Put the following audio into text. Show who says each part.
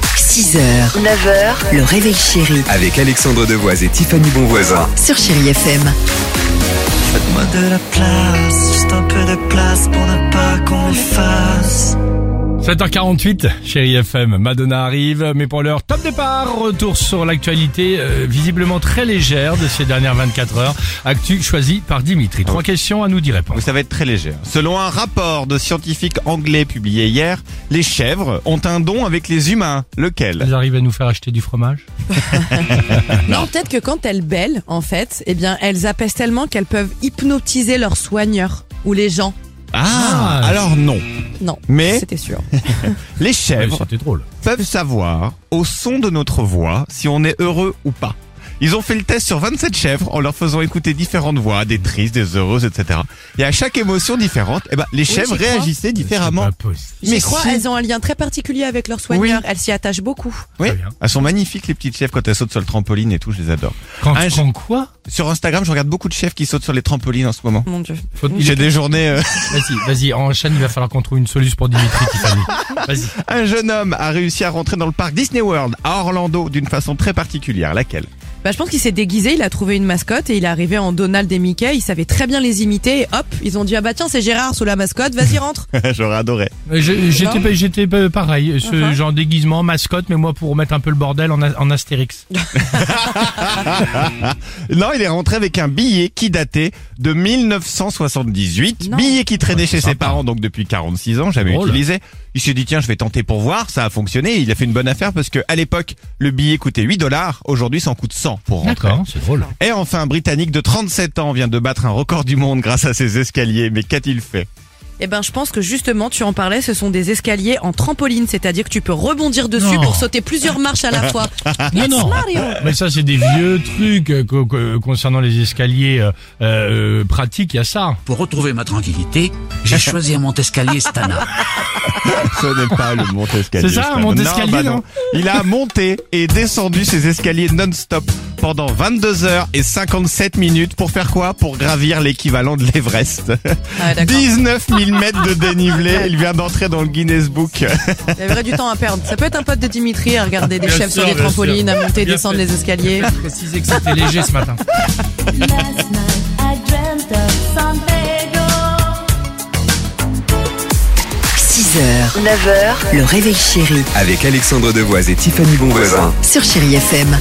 Speaker 1: 6h, 9h, le réveil chéri
Speaker 2: Avec Alexandre Devoise et Tiffany Bonvoisin.
Speaker 1: sur Chéri FM.
Speaker 3: Faites-moi de la place, juste un peu de place pour ne pas qu'on m'efface.
Speaker 4: 7h48, chérie FM, Madonna arrive, mais pour l'heure, top départ, retour sur l'actualité euh, visiblement très légère de ces dernières 24 heures, actu choisie par Dimitri. Trois questions à nous d'y répondre.
Speaker 5: Donc ça va être très léger. Selon un rapport de scientifiques anglais publié hier, les chèvres ont un don avec les humains. Lequel
Speaker 4: Vous arrivez à nous faire acheter du fromage
Speaker 6: Non, peut-être que quand elles bellent, en fait, eh bien, elles apaisent tellement qu'elles peuvent hypnotiser leurs soigneurs ou les gens.
Speaker 4: Ah.
Speaker 5: alors non.
Speaker 6: Non,
Speaker 5: Mais-
Speaker 6: c'était sûr.
Speaker 5: Les
Speaker 4: Ouais,
Speaker 5: chèvres
Speaker 4: C'était drôle.
Speaker 5: peuvent savoir, au son de notre voix, si on est heureux ou pas. Ils ont fait le test sur 27 chèvres en leur faisant écouter différentes voix, des tristes, des heureuses, etc. Et à chaque émotion différente, eh ben, les chèvres
Speaker 6: j'y crois.
Speaker 5: réagissaient différemment.
Speaker 4: C'est pas possible.
Speaker 6: Je
Speaker 5: Mais
Speaker 6: crois
Speaker 5: si.
Speaker 6: elles ont un lien très particulier avec leurs soigneurs. Elles s'y attachent beaucoup.
Speaker 5: Oui,
Speaker 4: Très bien.
Speaker 5: elles sont magnifiques les petites chèvres quand elles sautent sur le trampoline et tout, je les adore.
Speaker 4: Quand,
Speaker 5: Ah, je-
Speaker 4: quand quoi
Speaker 5: Sur Instagram, je regarde beaucoup de chèvres qui sautent sur les trampolines en ce moment.
Speaker 6: Mon Dieu.
Speaker 4: Faut- il-
Speaker 5: J'ai des journées... euh,
Speaker 4: Vas-y, vas-y, enchaîne, il va falloir qu'on trouve une solution pour Dimitri, Tiffany. Vas-y.
Speaker 5: Un jeune homme a réussi à rentrer dans le parc Disney World à Orlando d'une façon très particulière. Laquelle
Speaker 6: Bah, je pense qu'il s'est déguisé, il a trouvé une mascotte et il est arrivé en Donald et Mickey. Il savait très bien les imiter et hop, ils ont dit ah bah tiens c'est Gérard sous la mascotte, vas-y rentre.
Speaker 5: J'aurais adoré.
Speaker 4: Euh, je- J'étais
Speaker 6: Non.
Speaker 4: pas- j'étais pas- euh, pareil, ce
Speaker 6: Uh-huh.
Speaker 4: genre déguisement, mascotte, mais moi pour mettre un peu le bordel en, a- en Astérix.
Speaker 5: Non, il est rentré avec un billet qui datait de 1978.
Speaker 6: Non.
Speaker 5: Billet qui traînait
Speaker 4: Ouais,
Speaker 5: chez
Speaker 4: c'est
Speaker 5: ses
Speaker 4: sympa.
Speaker 5: parents donc depuis 46 ans, jamais
Speaker 4: Drôle.
Speaker 5: utilisé. Il s'est dit tiens, je vais tenter pour voir, ça a fonctionné. Il a fait une bonne affaire parce que à l'époque, le billet coûtait 8 dollars, aujourd'hui ça en coûte 100 pour rentrer.
Speaker 4: D'accord, c'est drôle.
Speaker 5: Et enfin, un Britannique de 37 ans vient de battre un record du monde grâce à ses escaliers. Mais qu'a-t-il fait
Speaker 6: Eh ben, je pense que justement, tu en parlais, ce sont des escaliers en trampoline, c'est-à-dire que tu peux rebondir dessus
Speaker 4: Non.
Speaker 6: pour sauter plusieurs marches à la fois.
Speaker 4: Non,
Speaker 6: It's
Speaker 4: non.
Speaker 6: Mario.
Speaker 4: Mais ça, c'est des vieux trucs euh, co- co- concernant les escaliers euh, euh, pratiques. Il y a ça.
Speaker 7: Pour retrouver ma tranquillité, j'ai choisi un Montescalier Stana.
Speaker 5: Ce n'est pas le Montescalier.
Speaker 4: C'est ça, un
Speaker 5: Stan.
Speaker 4: Montescalier, non
Speaker 5: Il a monté et descendu ses escaliers non-stop pendant 22 heures et 57 minutes pour faire quoi Pour gravir l'équivalent de l'Everest.
Speaker 6: Ah ouais, d'accord.
Speaker 5: 19 000 mètres de dénivelé, il vient d'entrer dans le Guinness Book.
Speaker 6: Il y avait du temps à perdre. Ça peut être un pote de Dimitri à regarder des
Speaker 4: Bien
Speaker 6: chefs
Speaker 4: sûr,
Speaker 6: sur des
Speaker 4: bien
Speaker 6: trampolines,
Speaker 4: sûr.
Speaker 6: à monter et
Speaker 4: Bien
Speaker 6: descendre
Speaker 4: fait.
Speaker 6: les escaliers.
Speaker 4: préciser que c'était léger ce matin.
Speaker 8: Last night I dreamt of San
Speaker 1: 6h, 9h, le réveil chéri
Speaker 2: Avec Alexandre Devoise et Tiffany Bonvoisin.
Speaker 1: sur Chéri FM.